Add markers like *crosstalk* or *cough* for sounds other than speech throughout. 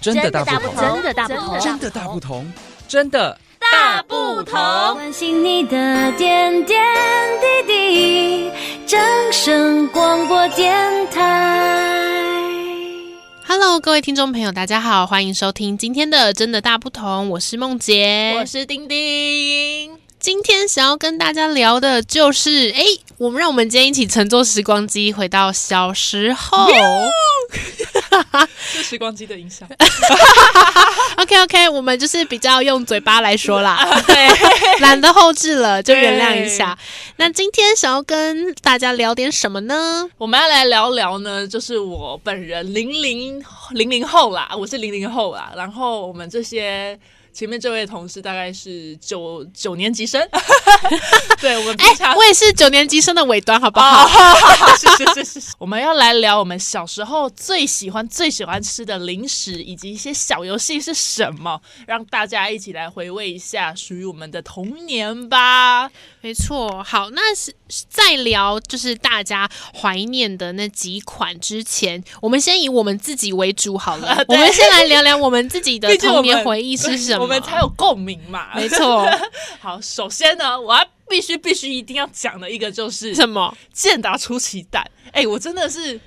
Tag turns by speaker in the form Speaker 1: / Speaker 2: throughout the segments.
Speaker 1: 真的大
Speaker 2: 大
Speaker 1: 不
Speaker 2: 不
Speaker 1: 同，
Speaker 2: 同，的大
Speaker 1: 真
Speaker 2: 真
Speaker 1: 的
Speaker 2: 的
Speaker 1: 大
Speaker 2: 大
Speaker 1: 不
Speaker 2: 不
Speaker 1: 同，真的
Speaker 2: 大不同。
Speaker 3: 关心你的点点滴滴，掌声广播电台。
Speaker 4: Hello，各位听众朋友，大家好，欢迎收听今天的《真的大不同》，我是梦洁，
Speaker 2: 我是丁丁，
Speaker 4: 今天想要跟大家聊的就是，哎，我们让我们今天一起乘坐时光机回到小时候。
Speaker 1: 是时光机的影响。
Speaker 4: OK OK，我们就是比较用嘴巴来说
Speaker 2: *laughs*
Speaker 4: 啦，
Speaker 1: 对，
Speaker 4: *laughs* 懒得后置了，就原谅一
Speaker 1: 对
Speaker 4: 下。那今天想要跟大家聊点什么呢？
Speaker 2: 我们要来聊聊呢，就是我本人零零零零后啦，我是零零后啦，然后我们这些。前面这位同事大概是九九年级生，对我们平常
Speaker 4: 哎，我也是九年级生的尾端，好不
Speaker 2: 啊，
Speaker 4: 好？
Speaker 2: 是是是是，我们要来聊我们小时候最喜欢最喜欢吃的零食，以及一些小游戏是什么，让大家一起来回味一下属于我们的童年吧。
Speaker 4: 没错，好，那是在聊就是大家怀念的那几款之前，我们先以我们自己为主好了。我
Speaker 2: 啊对
Speaker 4: 们先来聊聊我们自己的
Speaker 2: *laughs* 毕竟我
Speaker 4: 童
Speaker 2: 们
Speaker 4: 年回忆是什么，
Speaker 2: 我们才有共鸣嘛。
Speaker 4: 没
Speaker 2: *laughs*
Speaker 4: 错。
Speaker 2: 好，首先呢，我要必须必须一定要讲的一个就是
Speaker 4: 什么？
Speaker 2: 健达出奇蛋。哎、我真的是。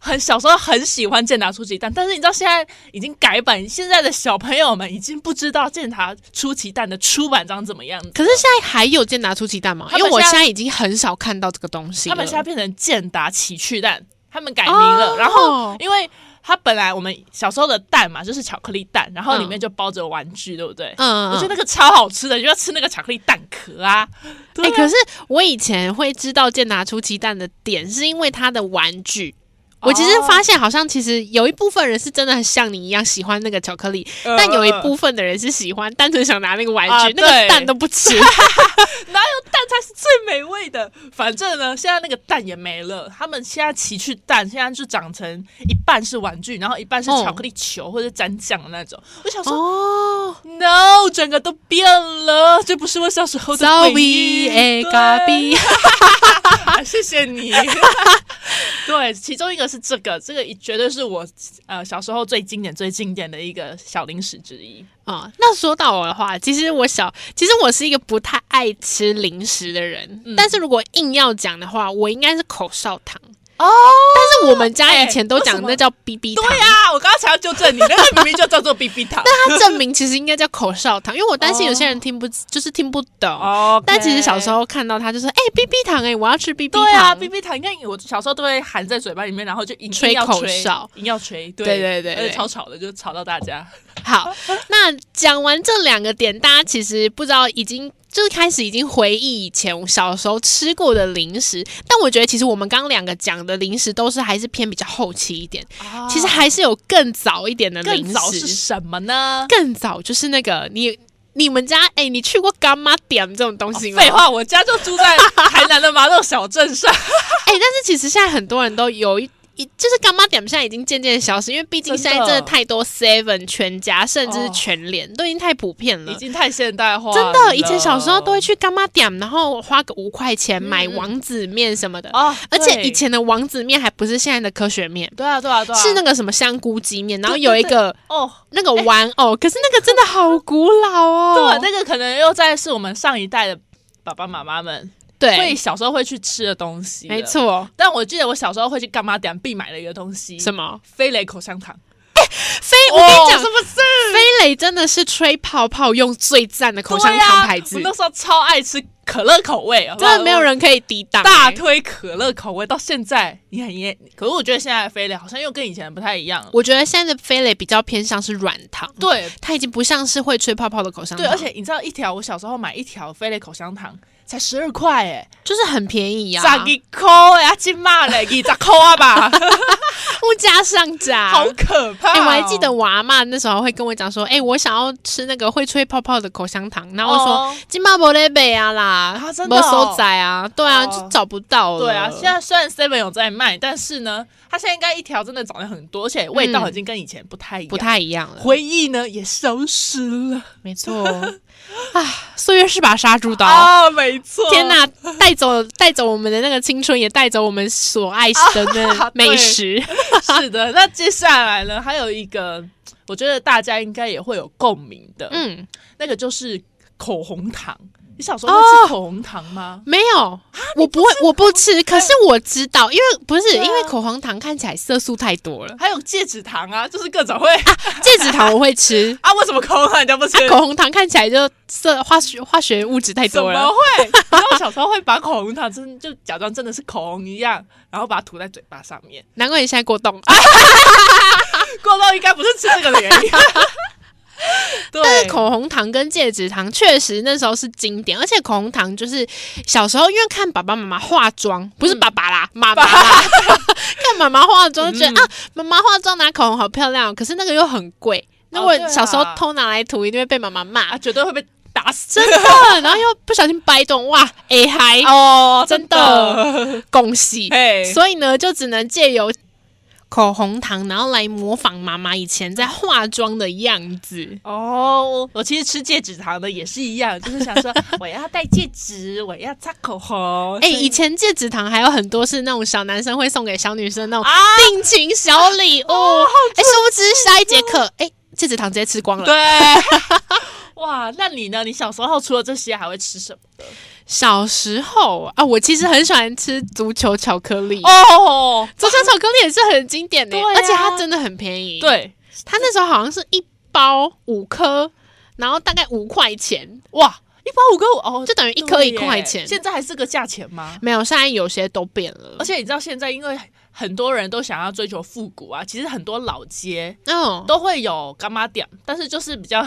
Speaker 2: 很小时候很喜欢健达出奇蛋，但是你知道现在已经改版，现在的小朋友们已经不知道健达出奇蛋的出版长怎么样子
Speaker 4: 可是现在还有健达出奇蛋吗？
Speaker 2: 他
Speaker 4: 因
Speaker 2: 们
Speaker 4: 为我
Speaker 2: 现
Speaker 4: 现
Speaker 2: 在
Speaker 4: 在已经很少看到这个东西了。
Speaker 2: 他们现在变成健达奇趣蛋，他们改名了。
Speaker 4: 哦
Speaker 2: 然后，因为它本来我们小时候的蛋嘛，就是巧克力蛋，然后里面
Speaker 4: 嗯
Speaker 2: 就包着玩具，对不对？
Speaker 4: 嗯，嗯
Speaker 2: 我觉得那个超好吃的，你就要吃那个巧克力蛋壳啊。对
Speaker 4: 哎、
Speaker 2: 啊
Speaker 4: 可是我以前会知道健达出奇蛋的点，是因为它的玩具。我其实
Speaker 2: 哦
Speaker 4: 发现，好像其实有一部分人是真的很像你一样喜欢那个巧克力，但有一部分的人是喜欢单纯想拿那个玩
Speaker 2: 嗯啊
Speaker 4: 具，那个
Speaker 2: 对
Speaker 4: 蛋都不吃。
Speaker 2: *laughs* 蛋才是最美味的。反正呢，现在那个蛋也没了，他们现在奇趣蛋现在就长成一半是玩具，然后一半是
Speaker 4: 哦
Speaker 2: 巧克力球或者沾酱的那种。我想说、
Speaker 4: 哦
Speaker 2: n o 整个都变了，这不是我小时候的
Speaker 4: ，so
Speaker 2: 回忆
Speaker 4: be。a 哎咖 *laughs*
Speaker 2: 对
Speaker 4: 啡，
Speaker 2: 啊， *laughs* 谢谢
Speaker 4: *laughs*
Speaker 2: 你。对，其中一个是这个，这个绝对是我呃小时候最经典、最经典的一个小零食之一。
Speaker 4: 啊，那说到我的话，其实我小，其实我是一个不太爱吃零食的人，
Speaker 2: 嗯
Speaker 4: 但是如果硬要讲的话，我应该是口哨糖。
Speaker 2: 哦，
Speaker 4: 但是我们家
Speaker 2: 哎
Speaker 4: 以前都
Speaker 2: 为
Speaker 4: 讲
Speaker 2: 什么
Speaker 4: 那叫 BB 糖，
Speaker 2: 对哎呀、我刚刚才要纠正你，那个明明就叫做 BB
Speaker 4: *laughs*
Speaker 2: 糖。
Speaker 4: 它证明其实应该叫口哨糖，因为我担心有些人听不，就是听不懂。
Speaker 2: 哦
Speaker 4: 但其实小时候看到它就说：“哎、b b 糖、哎，我要吃 BB 糖。
Speaker 2: 对啊，BB 糖，你看我小时候都会含在嘴巴里面，然后就一
Speaker 4: 吹
Speaker 2: 定要
Speaker 4: 口
Speaker 2: 吹
Speaker 4: 哨，
Speaker 2: 硬要吹，对
Speaker 4: 对对对
Speaker 2: 而
Speaker 4: 对
Speaker 2: 且超吵的，就吵到大家。
Speaker 4: 好，那讲完这两个点，大家其实不知道已经。就是开始已经回忆以前我小时候吃过的零食，但我觉得其实我们刚刚两个讲的零食都是还是偏比较后期一点，其实还是有更早一点的零
Speaker 2: 哦更
Speaker 4: 食。
Speaker 2: 早是什么呢？
Speaker 4: 更早就是那个你你们家哎、你去过干妈点这种东西吗？
Speaker 2: 哦废话，我家就住在台南的麻豆小镇
Speaker 4: *laughs*
Speaker 2: 上。
Speaker 4: 哎、但是其实现在很多人都有一。一就是干妈点现在已经渐渐消失，因为毕竟现
Speaker 2: 真的
Speaker 4: 在真的太多 Seven 全家甚至是
Speaker 2: 哦
Speaker 4: 全联、都已经太普遍了
Speaker 2: 已。经太现代化
Speaker 4: 真
Speaker 2: 了。
Speaker 4: 的，以前小时候都会去干妈点，然后花个五块钱买
Speaker 2: 嗯嗯
Speaker 4: 王子面什么的，
Speaker 2: 啊，
Speaker 4: 而且
Speaker 2: 对
Speaker 4: 以前的王子面还不是现在的科学面，
Speaker 2: 对啊对啊对啊，
Speaker 4: 是那个什么香菇鸡面，然后
Speaker 2: 对
Speaker 4: 有一
Speaker 2: 对
Speaker 4: 个
Speaker 2: 哦，
Speaker 4: 那个玩偶，可是那个真的好古老哦
Speaker 2: *laughs* 对，。那个可能又在是我们上一代的爸爸妈妈们会
Speaker 4: 对，
Speaker 2: 小时候会去吃的东西，
Speaker 4: 没。错。
Speaker 2: 但我记得我小时候会去干妈店必买的一个东西，
Speaker 4: 什么？
Speaker 2: 飞雷口香糖。
Speaker 4: 飞，我跟你讲，
Speaker 2: 哦是不是 *laughs*
Speaker 4: 飞雷真的是吹泡泡用最赞的口香糖牌子
Speaker 2: 对啊？我那时候超爱吃可乐口味，好不好
Speaker 4: 真的没有。人可以抵挡、
Speaker 2: 我大
Speaker 4: 欸
Speaker 2: 推可乐口味到现在，你很也，可是我觉得现在的飞雷好像又跟以前不太一样了。
Speaker 4: 我觉得现在的飞雷比较偏向是软糖，，
Speaker 2: 对
Speaker 4: 它已经不像是会吹泡泡的口香糖，
Speaker 2: 对，而且你知道一条，我小时候买一条飞雷口香糖才十二块，哎，
Speaker 4: 就是很便宜啊呀、
Speaker 2: 十一块啊，金骂
Speaker 4: *laughs*
Speaker 2: 嘞，二十块啊吧，
Speaker 4: 物价上涨，
Speaker 2: 好可怕、哦
Speaker 4: 哎、我还记得我阿妈那时候会跟我讲说，哎、我想要吃那个会吹泡泡的口香糖，然后我说
Speaker 2: 哦
Speaker 4: 金马伯雷贝啊啦，
Speaker 2: 啊真的
Speaker 4: 没
Speaker 2: 哦
Speaker 4: 收仔啊，对啊，
Speaker 2: 哦
Speaker 4: 就找不到了。
Speaker 2: 对啊，现在虽然 Seven 有在卖，但是呢，它现在应该一条真的涨了很多，而且味
Speaker 4: 嗯
Speaker 2: 道已经跟以前不太一样。
Speaker 4: 不太一样了， *laughs*
Speaker 2: 回忆呢也消失了。
Speaker 4: 没错。啊，岁月是把杀猪
Speaker 2: *laughs*
Speaker 4: 刀。
Speaker 2: 啊，没
Speaker 4: *laughs*
Speaker 2: 错。
Speaker 4: 天哪，带走带走我们的那个青春，也带走我们所爱的那
Speaker 2: *laughs* 啊
Speaker 4: 美食。
Speaker 2: *laughs* 是的，那接下来呢，还有一个，我觉得大家应该也会有共鸣的，嗯，
Speaker 4: 嗯，
Speaker 2: 那个就是口红糖。你小时
Speaker 4: 哦
Speaker 2: 候会吃口红糖吗？
Speaker 4: 没
Speaker 2: 啊
Speaker 4: 有，我不会，我不吃。可是我知道，因为不是
Speaker 2: 哎对啊
Speaker 4: 因为口红糖看起来色素太多
Speaker 2: *laughs*
Speaker 4: 了，
Speaker 2: 还有戒指糖啊，就是各种会
Speaker 4: 戒指糖我会吃
Speaker 2: *laughs*，
Speaker 4: 啊
Speaker 2: 啊，为什么口红糖你都不吃？
Speaker 4: 口红糖看起来就色化学化学物质太
Speaker 2: 怎
Speaker 4: 多
Speaker 2: 么
Speaker 4: 了。
Speaker 2: 会？你知道我小时候会把口红糖真就假装真的是口红一样，然后把它涂在嘴巴上面。
Speaker 4: 难怪你现在过冬。
Speaker 2: 过到应该不是吃这个的原
Speaker 4: *laughs*
Speaker 2: 因。
Speaker 4: 但
Speaker 2: 对，
Speaker 4: 是口红糖跟戒指糖确实那时候是经典，而且口红糖就是小时候因为看爸爸妈妈化妆，不是
Speaker 2: 嗯
Speaker 4: 爸爸
Speaker 2: *laughs*
Speaker 4: 啦，妈妈啦， *laughs* 看妈妈化妆就觉得、
Speaker 2: 嗯
Speaker 4: 啊，妈妈化妆拿口红好漂亮哦，可是那个又很贵。那
Speaker 2: 哦
Speaker 4: 我
Speaker 2: 对啊
Speaker 4: 小时候偷拿来涂，一定会被妈妈骂
Speaker 2: 啊，，绝 *laughs* 对会被打死
Speaker 4: 真。
Speaker 2: *laughs*
Speaker 4: 的。然后又不小心掰动，哇，哎嗨，
Speaker 2: 哦
Speaker 4: 真的，恭喜！
Speaker 2: 嘿，
Speaker 4: 所以呢，就只能借由口红糖，然后来模仿妈妈以前在化妆的样子。
Speaker 2: 哦，我其实吃戒指糖的也是一样，就是想说我要戴戒指，我要擦口红。
Speaker 4: 哎、
Speaker 2: 所以
Speaker 4: 以前戒指糖还有很多是那种小男生会送给小女生那种
Speaker 2: 啊哦
Speaker 4: 定情小礼物。哎、殊不知下一节课，哎、戒指糖直接吃光 *laughs* 了。
Speaker 2: 对，哇，那你呢？你小时候除了这些还会吃什么？
Speaker 4: 小时候啊，我其实很喜欢吃足球巧克力。哦
Speaker 2: 哦，
Speaker 4: 足球巧克力也是很经典的、
Speaker 2: 对啊
Speaker 4: 而且它真的很便宜。，
Speaker 2: 对，
Speaker 4: 它那时候好像是一包五颗，然后大概五块钱，
Speaker 2: 哇，一包五个五哦，
Speaker 4: 就等于一颗
Speaker 2: 对
Speaker 4: 一
Speaker 2: 耶
Speaker 4: 块钱。嗯
Speaker 2: 现在还是个价钱吗？
Speaker 4: 没有，现在有些都变了，
Speaker 2: 而且你知道现在因为很多人都想要追求复古啊，其实很多老街
Speaker 4: 嗯，
Speaker 2: 都会有干妈点，但是就是比较。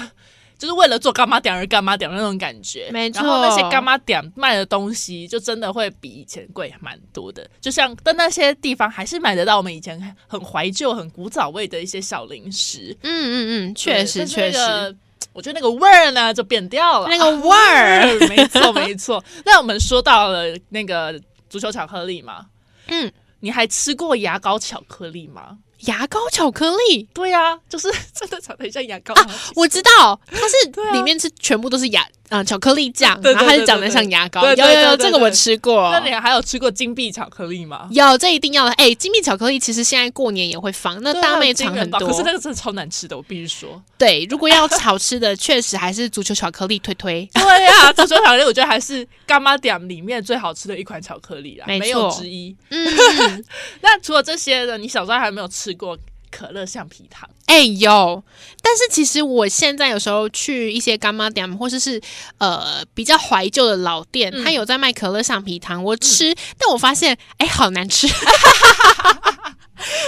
Speaker 2: 就是为了做干妈点而干妈点的那种感觉，
Speaker 4: 没错
Speaker 2: 然后那些干妈点卖的东西，就真的会比以前贵蛮多的。就像但那些地方还是买得到我们以前很怀旧、很古早味的一些小零食。
Speaker 4: 嗯嗯嗯，确
Speaker 2: 对
Speaker 4: 实
Speaker 2: 但是
Speaker 4: 确
Speaker 2: 啊那个
Speaker 4: 实，
Speaker 2: 我觉得那个味儿呢就变掉了。
Speaker 4: 那
Speaker 2: 嗯
Speaker 4: 个味
Speaker 2: *laughs*
Speaker 4: 儿，
Speaker 2: 没错没错。那我们说到了那个足球巧克力嘛，
Speaker 4: 嗯，
Speaker 2: 你还吃过牙膏巧克力吗？
Speaker 4: 牙膏巧克力，
Speaker 2: 对呀、啊，就是 *laughs* 真的长得很像牙膏
Speaker 4: 啊
Speaker 2: 然后其实
Speaker 4: 我知道，它是
Speaker 2: 对啊
Speaker 4: 里面是全部都是牙啊、呃巧克力酱，
Speaker 2: 对对
Speaker 4: 然后它是
Speaker 2: 对
Speaker 4: 长得
Speaker 2: 对
Speaker 4: 像牙膏。
Speaker 2: 对对
Speaker 4: 有有
Speaker 2: 对
Speaker 4: 有，
Speaker 2: 对
Speaker 4: 这个我
Speaker 2: 对
Speaker 4: 吃过
Speaker 2: 那。你还有吃过金币巧克力吗？
Speaker 4: 有，这一定要的。哎、金币巧克力其实现在过年也会放，那
Speaker 2: 对啊
Speaker 4: 大卖场
Speaker 2: 金元
Speaker 4: 很
Speaker 2: 宝
Speaker 4: 多。
Speaker 2: 可是那个真的超难吃的，我必须
Speaker 4: *laughs*
Speaker 2: 说。
Speaker 4: 对，如果要好吃的，确实还是足球巧克力推
Speaker 2: *laughs*
Speaker 4: 推。
Speaker 2: 对呀、啊，足球巧克力我觉得还是干妈点里面最好吃的一款巧克力啦，
Speaker 4: 没错
Speaker 2: 没有之一。
Speaker 4: 嗯，嗯
Speaker 2: 那除了这些呢，你小时候还有没有吃过可乐橡皮糖？
Speaker 4: 哎、有。但是其实我现在有时候去一些干妈店，或者是呃比较怀旧的老店，
Speaker 2: 嗯
Speaker 4: 它有在卖可乐橡皮糖，我吃，但我发现哎、好难
Speaker 2: *laughs*
Speaker 4: 吃。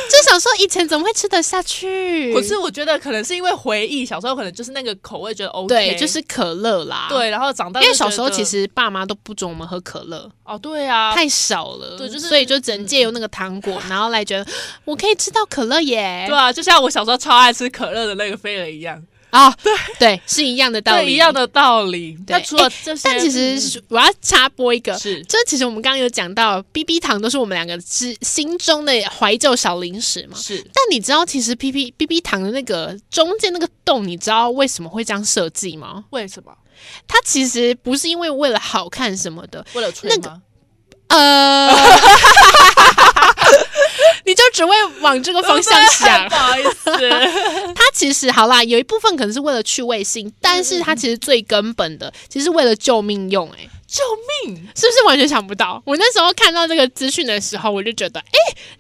Speaker 4: 就想说以前怎么会吃得下去？
Speaker 2: 可是我觉得可能是因为回忆，小时候可能就是那个口味觉得 OK，
Speaker 4: 对，就是可乐啦。，
Speaker 2: 对，然后长大
Speaker 4: 因为
Speaker 2: 就觉
Speaker 4: 小
Speaker 2: 得
Speaker 4: 时候其实爸妈都不准我们喝可乐，
Speaker 2: 哦，对啊，
Speaker 4: 太少了，
Speaker 2: 对就是
Speaker 4: 所以就只能借由那个糖果，然后来觉得嗯我可以吃到可乐耶。
Speaker 2: 对啊，就像我小时候超爱吃可乐的那个飞人一样，
Speaker 4: 啊，对对，是一样的道
Speaker 2: 对，
Speaker 4: 理，
Speaker 2: 一样。的道理。
Speaker 4: 对
Speaker 2: 那除了
Speaker 4: 哎
Speaker 2: 这些，
Speaker 4: 但其
Speaker 2: 嗯
Speaker 4: 实我要插播一个，
Speaker 2: 是
Speaker 4: 就其实我们刚刚有讲到，B B 糖都是我们两个之心中的怀旧小零食嘛。
Speaker 2: 是
Speaker 4: 但你知道，其实 P P B B 糖的那个中间那个洞，你知道为什么会这样设计吗？
Speaker 2: 为什么？
Speaker 4: 它其实不是因为为了好看什么的，
Speaker 2: 为了吹
Speaker 4: 那个
Speaker 2: 吗？。
Speaker 4: 呃， *laughs* 你就只会往这个方向想
Speaker 2: *laughs* 不好意
Speaker 4: *laughs*
Speaker 2: 思，
Speaker 4: 它其实好啦，有一部分可能是为了趣味性，但是它其实最根本的，其实是为了救命用、欸。
Speaker 2: 救命！
Speaker 4: 是不是完全想不到？我那时候看到这个资讯的时候，我就觉得，哎、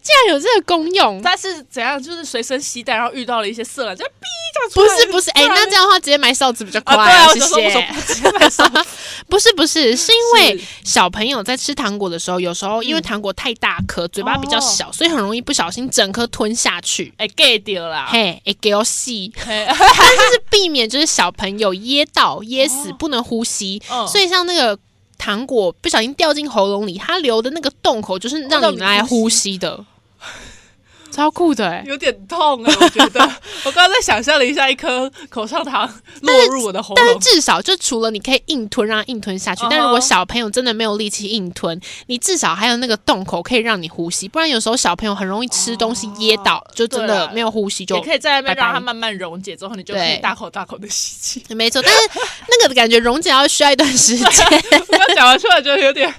Speaker 4: 竟然有这个功用。
Speaker 2: 但是怎样？就是随身携带，然后遇到了一些色狼，就哔这样出
Speaker 4: 不
Speaker 2: 来
Speaker 4: 是不是，哎、那这样的话直接买哨子比较快、
Speaker 2: 啊，对啊，我
Speaker 4: 谢
Speaker 2: 就说我说
Speaker 4: 谢。
Speaker 2: 不直接买手机
Speaker 4: *laughs* 不是不是，是因为
Speaker 2: 是嗯
Speaker 4: 小朋友在吃糖果的时候，有时候因为糖果太大颗，嘴巴比较
Speaker 2: 哦
Speaker 4: 小，所以很容易不小心整颗吞下去。
Speaker 2: 哎 gay 掉啦，
Speaker 4: 嘿，会给我吸， *laughs*
Speaker 2: 嘿
Speaker 4: 但是是避免就是小朋友噎到、噎死、
Speaker 2: 哦
Speaker 4: 不能呼吸，
Speaker 2: 嗯
Speaker 4: 所以像那个糖果不小心掉进喉咙里，它留的那个洞口就是让
Speaker 2: 让
Speaker 4: 你
Speaker 2: 你
Speaker 4: 来
Speaker 2: 呼
Speaker 4: 呼吸的。 *laughs* 超酷的 *laughs* 哎、
Speaker 2: 有点痛啊，我觉得。 *laughs* 我刚刚在想象了一下，一颗口香糖落入我的喉
Speaker 4: 但是
Speaker 2: 咙，
Speaker 4: 至少就除了你可以硬吞，让它硬吞下去。
Speaker 2: 嗯哼
Speaker 4: 但如果小朋友真的没有力气硬吞，你至少还有那个洞口可以让你呼吸，不然有时候小朋友很容易吃东西噎到，就真
Speaker 2: 对
Speaker 4: 的
Speaker 2: 啊
Speaker 4: 没有呼吸就
Speaker 2: 也。可以在那边
Speaker 4: 拜拜
Speaker 2: 让它慢慢溶解，之后你就可以
Speaker 4: 对
Speaker 2: 大口大口的吸气。 *laughs*
Speaker 4: 没错，但是那个感觉溶解要需要一段时 *laughs* 间。
Speaker 2: 我刚讲完出来觉得有点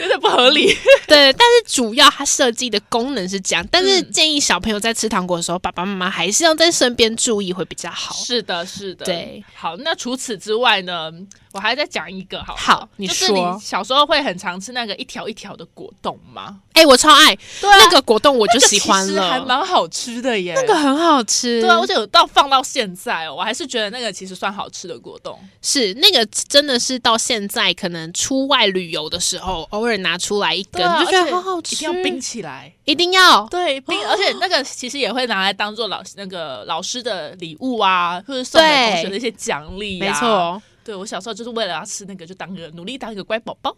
Speaker 2: 有点不合理。
Speaker 4: 对，但是主要它设计的功能是这样，但是
Speaker 2: 嗯
Speaker 4: 建议小朋友在吃糖果的时候，爸爸妈妈还是要在身边注意会比较好。
Speaker 2: 是的，是的，
Speaker 4: 对。
Speaker 2: 好，那除此之外呢，我还再讲一个好了，
Speaker 4: 好你
Speaker 2: 就是你
Speaker 4: 说
Speaker 2: 小时候会很常吃那个一条一条的果冻吗？
Speaker 4: 哎、我超爱、
Speaker 2: 对啊
Speaker 4: 那个果冻，我就喜欢
Speaker 2: 那个其实还
Speaker 4: 了，
Speaker 2: 蛮好吃的耶。
Speaker 4: 那个嗯很好吃。
Speaker 2: 对啊，而且有到放到现在、哦，我还是觉得那个其实算好吃的果冻。
Speaker 4: 是那个真的是到现在可能出外旅游的时候，偶尔拿出来一根，
Speaker 2: 对啊，
Speaker 4: 就觉
Speaker 2: 而且
Speaker 4: 得好好吃，啊
Speaker 2: 一定要冰起来。
Speaker 4: 一定要
Speaker 2: 对，冰，而且那个其实也会拿来当做老那个老师的礼物啊，或者送给
Speaker 4: 对
Speaker 2: 同学的一些奖励、啊。
Speaker 4: 没错。哦
Speaker 2: 对我小时候就是为了要吃那个，就当个努力当一个乖宝宝。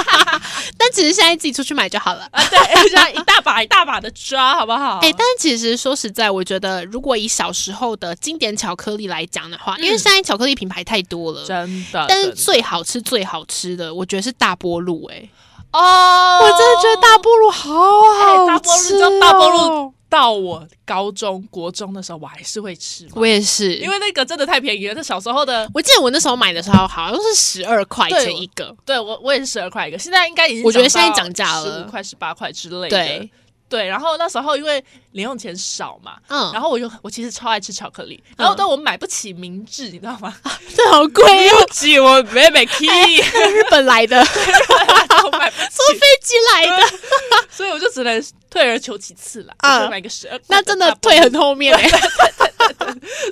Speaker 2: *laughs*
Speaker 4: 但其实现在自己出去买就好了。
Speaker 2: 啊，对，这样一大把一大把的抓，好不好？
Speaker 4: 哎、但其实说实在，我觉得如果以小时候的经典巧克力来讲的话，因
Speaker 2: 嗯
Speaker 4: 为现在巧克力品牌太多了，
Speaker 2: 真的，
Speaker 4: 但是
Speaker 2: 真的
Speaker 4: 最好吃、最好吃的，我觉得是大波露、哎、
Speaker 2: 哦，
Speaker 4: 我真的觉得大波露好
Speaker 2: 哎
Speaker 4: 好
Speaker 2: 大波露
Speaker 4: 吃、
Speaker 2: 你
Speaker 4: 哦
Speaker 2: 知道大波露，到我高中国中的时候，我还是会吃吗，
Speaker 4: 我也是，因
Speaker 2: 因
Speaker 4: 为
Speaker 2: 为那个真的太便宜了。那小时候的，
Speaker 4: 我记得我那时候买的时候好像是十二块
Speaker 2: 对
Speaker 4: 钱一个，
Speaker 2: 对我我也是十二块一个，现在应该已经
Speaker 4: 我觉得现在涨价
Speaker 2: 十
Speaker 4: 了
Speaker 2: 五块、十八块之类的。
Speaker 4: 对，
Speaker 2: 对，然后那时候因为零用钱少嘛。
Speaker 4: 嗯，
Speaker 2: 然后我就我其实超爱吃巧克力，然后
Speaker 4: 嗯
Speaker 2: 但我买不起明治，你知道
Speaker 4: *laughs*
Speaker 2: 吗？
Speaker 4: 这好贵哦，哎
Speaker 2: 起我没买 *laughs* k
Speaker 4: 日本来
Speaker 2: *laughs*
Speaker 4: 的，坐
Speaker 2: 我
Speaker 4: *laughs*
Speaker 2: 买不起。
Speaker 4: 飞机来的，
Speaker 2: 所以我就只能退而求其次了，
Speaker 4: 嗯
Speaker 2: 我就买个十二。
Speaker 4: 那真的退很
Speaker 2: 多。
Speaker 4: 后面
Speaker 2: *laughs*
Speaker 4: 哎、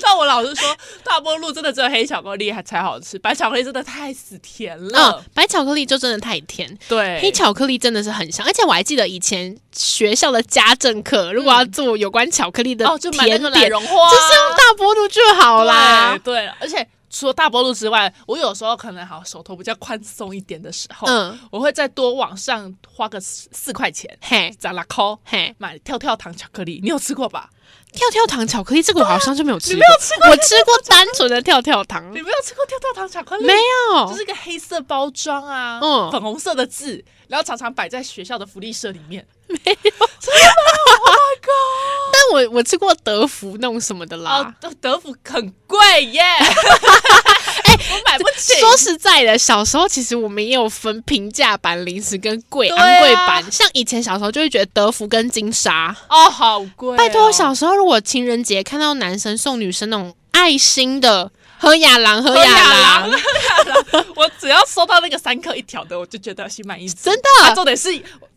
Speaker 2: 但我老是说，大波路真的只有黑巧克力还才好吃，白巧克力真的太死甜了。
Speaker 4: 嗯，白巧克力就真的太甜，
Speaker 2: 哦对，
Speaker 4: 黑巧克力真的是很香，而且我还记得以前学校的家政课，如果要做有关巧克力的
Speaker 2: 哦，就
Speaker 4: 甜
Speaker 2: 买
Speaker 4: 点，
Speaker 2: 那个
Speaker 4: 就
Speaker 2: 奶
Speaker 4: 是
Speaker 2: 绒花，啊
Speaker 4: 用大波露就好啦
Speaker 2: 对。对，而且除了大波路之外，我有时候可能好手头比较宽松一点的时候，
Speaker 4: 嗯
Speaker 2: 我会再多往上花个四四块钱，
Speaker 4: 嘿，
Speaker 2: 咋啦抠
Speaker 4: 嘿，
Speaker 2: 买跳跳糖巧克力，你有吃过吧？
Speaker 4: 跳跳糖巧克力这个我好像就没有吃过，我吃过单纯的跳跳糖，
Speaker 2: 你没有吃过跳跳糖巧克力？
Speaker 4: 没有，
Speaker 2: 就是一个黑色包装啊，
Speaker 4: 嗯
Speaker 2: 粉红色的字，然后常常摆在学校的福利社里面。
Speaker 4: 但我我吃过德芙那种什么的啦。
Speaker 2: 哦，德德芙很贵
Speaker 4: *laughs*
Speaker 2: 耶，哎、 *laughs* 我买不起。
Speaker 4: 哎说实在的，小时候其实我们也有分平价版零食跟贵、
Speaker 2: 对啊
Speaker 4: 昂贵版。像以前小时候就会觉得德芙跟金沙，
Speaker 2: 哦，好贵哦、
Speaker 4: 拜托，小时候如果情人节看到男生送女生那种爱心的，和雅郎和
Speaker 2: 喝
Speaker 4: 雅
Speaker 2: 雅
Speaker 4: 郎，
Speaker 2: 郎， *laughs* 我只要收到那个三克一条的，我就觉得心满意足。
Speaker 4: 真的
Speaker 2: 啊重点是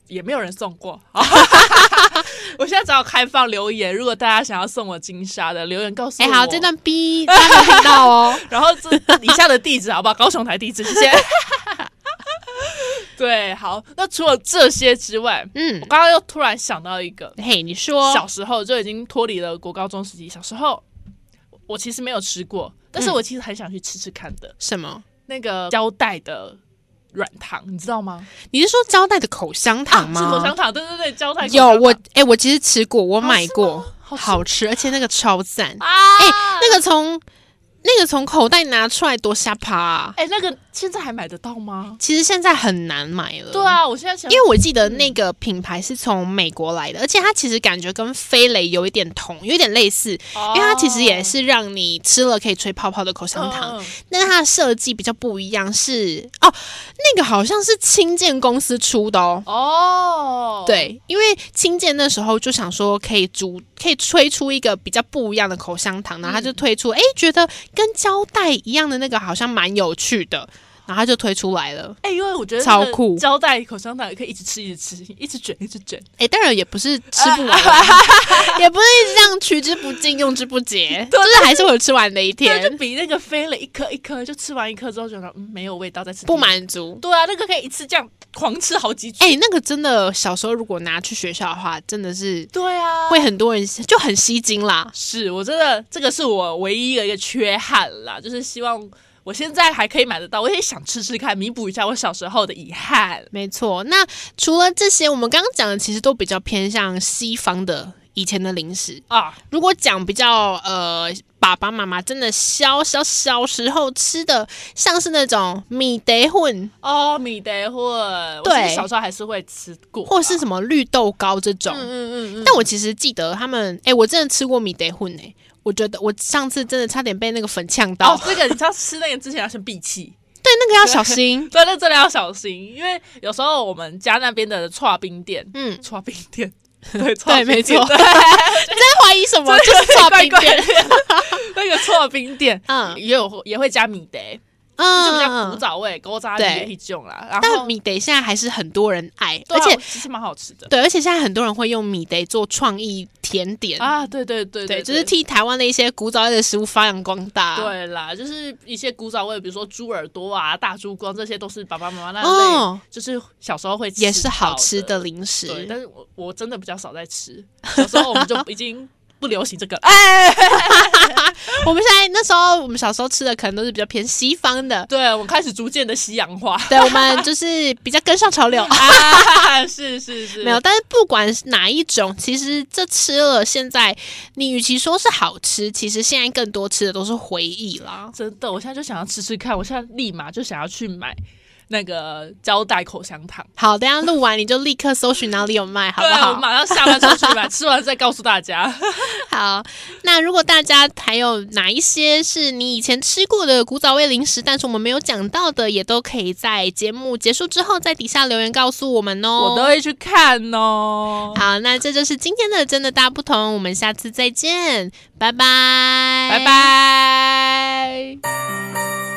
Speaker 2: 也没有人送过。 *laughs* 我现在只要开放留言，如果大家想要送我金沙的，留言告诉
Speaker 4: 哎、
Speaker 2: 我。
Speaker 4: 好，这段 B *laughs* 大家没有听到 *laughs* 哦。
Speaker 2: 然后这以下的地址好不好？高雄台地址，谢谢。 *laughs* 对，好。那除了这些之外，
Speaker 4: 嗯
Speaker 2: 我，刚刚又突然想到一个，
Speaker 4: 嘿，你说，
Speaker 2: 小时候就已经脱离了国高中时期。小时候我我其实没有吃过，但是
Speaker 4: 嗯
Speaker 2: 我其实很想去吃吃看的、
Speaker 4: 什么？
Speaker 2: 那个胶带的软糖，你知道吗？
Speaker 4: 你是说胶带的啊口香糖吗？
Speaker 2: 是口香糖，对对对，胶带口香
Speaker 4: 有
Speaker 2: 糖
Speaker 4: 我，哎、我其实吃过，我
Speaker 2: 好
Speaker 4: 买
Speaker 2: 吃
Speaker 4: 过
Speaker 2: 哦吗，好吃
Speaker 4: 而且那个超赞。
Speaker 2: 啊，
Speaker 4: 哎、那个从那个从口袋拿出来多吓趴、啊！
Speaker 2: 哎、那个现在还买得到吗？
Speaker 4: 其实现在很难买了。
Speaker 2: 对。啊，我嗯现在想，
Speaker 4: 呃因为我记得那个品牌是从美国来的，而且它其实感觉跟飞雷有一点同，有一点类似，因为
Speaker 2: 因
Speaker 4: 它其实
Speaker 2: 哦
Speaker 4: 也是让你吃了可以吹泡泡的口香
Speaker 2: 嗯
Speaker 4: 糖，但是它的设计比较不一样，是哦，那个好像是青建公司出的哦，
Speaker 2: 哦，
Speaker 4: 对，因为青建那时候就想说可以煮，可以推出一个比较不一样的口香糖，然后他就推出，哎、觉得跟胶带一样的那个好像蛮有趣的，然后他就推出来了。
Speaker 2: 哎、因为我觉得
Speaker 4: 超
Speaker 2: 那个
Speaker 4: 酷
Speaker 2: 胶带口香糖也可以一直吃，一直吃，一直卷，一直卷。
Speaker 4: 哎、当然也不是吃不
Speaker 2: *laughs*
Speaker 4: 完，也不是这样取之不尽、用之不竭，就是还是会有吃完的一
Speaker 2: 对，就
Speaker 4: 天，
Speaker 2: 比那个飞了一颗一颗，就吃完一颗之后觉得嗯没有味道，再吃第
Speaker 4: 不
Speaker 2: 二颗
Speaker 4: 满足。
Speaker 2: 对啊，那个可以一次这样狂吃好几卷。
Speaker 4: 哎、那个真的，小时候如果拿去学校的话，真的是
Speaker 2: 对啊，
Speaker 4: 会很多人就很吸睛啦。
Speaker 2: 是我真的这个是我唯一的一个缺憾啦，就是希望我现在还可以买得到，我也想吃吃看，弥补一下我小时候的遗憾。
Speaker 4: 没错，那除了这些，我们刚刚讲的其实都比较偏向西方的以前的零食。
Speaker 2: 啊，
Speaker 4: 如果讲比较呃，爸爸妈妈真的小小小时候吃的，像是那种米德混
Speaker 2: 哦，米德混，我
Speaker 4: 对
Speaker 2: 其实小时候还是会吃过啦，
Speaker 4: 或是什么绿豆糕这种，
Speaker 2: 嗯嗯嗯嗯，
Speaker 4: 但我其实记得他们，哎、我真的吃过米德混哎、我觉得我上次真的差点被那个粉呛到，
Speaker 2: 哦，这个你知道吃那个之前要先闭气，。
Speaker 4: 对，那个要小心
Speaker 2: 对，那真的要小心，因为有时候我们家那边的串冰店，
Speaker 4: *laughs* 嗯，
Speaker 2: 串冰店，对，
Speaker 4: 对，
Speaker 2: 串冰
Speaker 4: 没错。
Speaker 2: 店
Speaker 4: 你在怀疑什么？就是炒
Speaker 2: 怪
Speaker 4: 饼
Speaker 2: 怪
Speaker 4: 店。
Speaker 2: 的那个错冰店，
Speaker 4: *laughs* 嗯
Speaker 2: 也有也会加米德，就比较古
Speaker 4: 嗯，
Speaker 2: 早味，古早
Speaker 4: 对
Speaker 2: 也一种啦。然后
Speaker 4: 但，米德现在还是很多人爱，
Speaker 2: 对
Speaker 4: 而
Speaker 2: 啊
Speaker 4: 且
Speaker 2: 我其实蛮好吃的
Speaker 4: 对，而且现在很多人会用米德做创意甜点，
Speaker 2: 啊，对对对
Speaker 4: 对，
Speaker 2: 对，
Speaker 4: 就是替啊台湾的一些古早味的食物发扬光大。。
Speaker 2: 对啦，就是一些古早味，比如说猪耳朵啊、大猪光，这些都是爸爸妈妈那类，
Speaker 4: 哦，
Speaker 2: 就是小时候会吃
Speaker 4: 也是好吃
Speaker 2: 到
Speaker 4: 的
Speaker 2: 的。
Speaker 4: 零食。
Speaker 2: 对，但是我我真的比较少在吃，小时候我们就已经不
Speaker 4: *laughs*
Speaker 2: 流行这个
Speaker 4: 啊
Speaker 2: 了。哎，
Speaker 4: 我们现在那时候，我们小时候吃的可能都是比较偏西方的，
Speaker 2: 对我开始逐渐的西洋化。 *laughs*
Speaker 4: 对，我 *laughs* 们就是比较跟上潮 *laughs* 流。
Speaker 2: 啊，是是是，
Speaker 4: 没有，但是不管是哪一种，其实这吃了，现在你与其说是好吃，其实现在更多吃的都是回忆啦。
Speaker 2: 真的，我现在就想要吃吃看，我现在立马就想要去买那个胶带口香糖，
Speaker 4: 好，等一下录完你就立刻搜寻哪里有卖，好不
Speaker 2: 对，我
Speaker 4: 好？
Speaker 2: 马上下班出去买，吃完再告诉大家。
Speaker 4: 好，那如果大家还有哪一些是你以前吃过的古早味零食，但是我们没有讲到的，也都可以在节目结束之后，在底下留言告诉我们哦。
Speaker 2: *laughs* 我都会去看哦。
Speaker 4: 好，那这就是今天的真的大不同，我们下次再见，拜拜，
Speaker 2: 拜。拜。